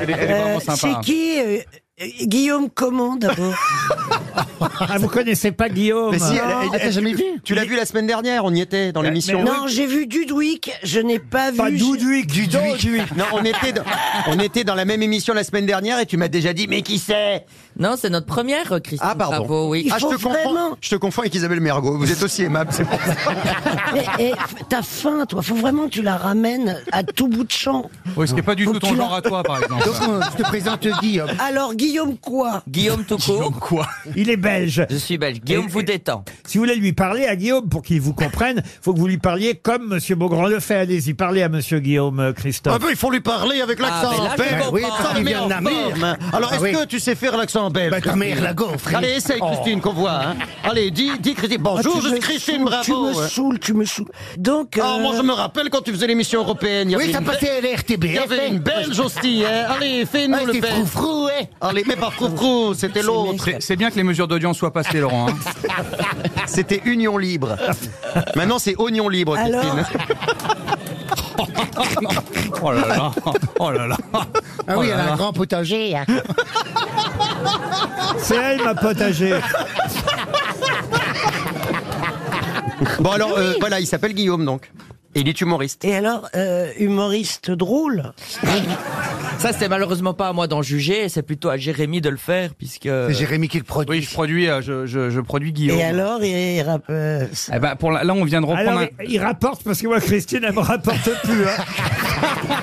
Elle est- elle est vraiment sympa. hein. C'est qui euh, euh, Guillaume comment d'abord Ah, vous connaissez pas Guillaume Mais si, elle, Non. elle- Ah, elle- tu- Tu l'as vu la semaine dernière, on y était dans l'émission. Non, j'ai vu Dudwick, je n'ai pas vu. Pas Doudouic, Doudouic. Non, on était, dans, on était dans la même émission la semaine dernière et tu m'as déjà dit, mais qui c'est Non, c'est notre première, euh, Christine Ah, pardon. Bravo, oui. Il Ah, je te, faut vraiment. confonds, je te confonds avec Isabelle Mergot. Vous êtes aussi aimable, c'est pour ça. Mais, eh, T'as faim, toi. Faut vraiment que tu la ramènes à tout bout de champ. Oui, ce qui n'est pas du Faut tout que ton tu genre à toi, par exemple. je te présente Guillaume. Alors Guillaume quoi Ah, Guillaume tout court. Quoi Il est belge. Je suis belge. Guillaume vous détend. Si vous voulez lui parler à Guillaume pour qu'il vous comprenne, faut que vous lui parliez comme Monsieur Beaugrand le fait. Allez-y, parlez à Monsieur Guillaume euh, Un Christophe. peu, il faut lui parler avec l'accent Ah, mais là, en je paix. comprends. Oui, parce Ça qu'il met vient en de Namur. forme, hein. Alors, Ah est-ce oui. que tu sais faire l'accent belge Bah, ta mère la gaufre. Allez, essaye, Christine, qu'on voit. hein. Allez, dis, dis, Christine. Ah, tu Bonjour, je me suis Christine, saoules, Tu bravo. me ouais. saoules, tu me saoules. Donc. Ah, euh, moi, je me rappelle quand tu faisais l'émission européenne. il y avait Oui, ça une be- passait à la RTB. Il y avait une belge aussi, hein. Allez, fais-nous Ouais, le c'est belge. froufrou, ouais. Allez, mais par froufrou, c'était l'autre. C'est- C'est bien que les mesures d'audience soient passées, Laurent. hein. C'était Union Libre. Maintenant, c'est Oignon Libre, Alors Christine. Oh là là, oh là là. Ah Oh oui, là elle a là. un grand potager. hein. Ah, C'est elle, ma potager. Bon, alors, euh, voilà, il s'appelle Guillaume, donc. Et il est humoriste. Et alors, euh, humoriste drôle Ça, c'est malheureusement pas à moi d'en juger. C'est plutôt à Jérémy de le faire, puisque. C'est Jérémy qui le Oui, produit. je produis, euh, je, je- je produis Guillaume. Et alors, et, rap- euh, ça- Eh ben, pour la- là, on vient de reprendre. Alors, un- il il rapporte parce que moi, Christine, elle me rapporte plus. hein.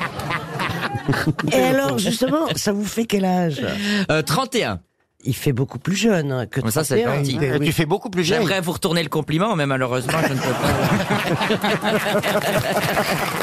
et alors, justement, ça vous fait quel âge Euh, 31. Il fait beaucoup plus jeune hein, que Mais ça, c'est 31. gentil. Euh, Tu fais beaucoup plus jeune. J'aimerais vous retourner le compliment, mais malheureusement, je ne peux pas.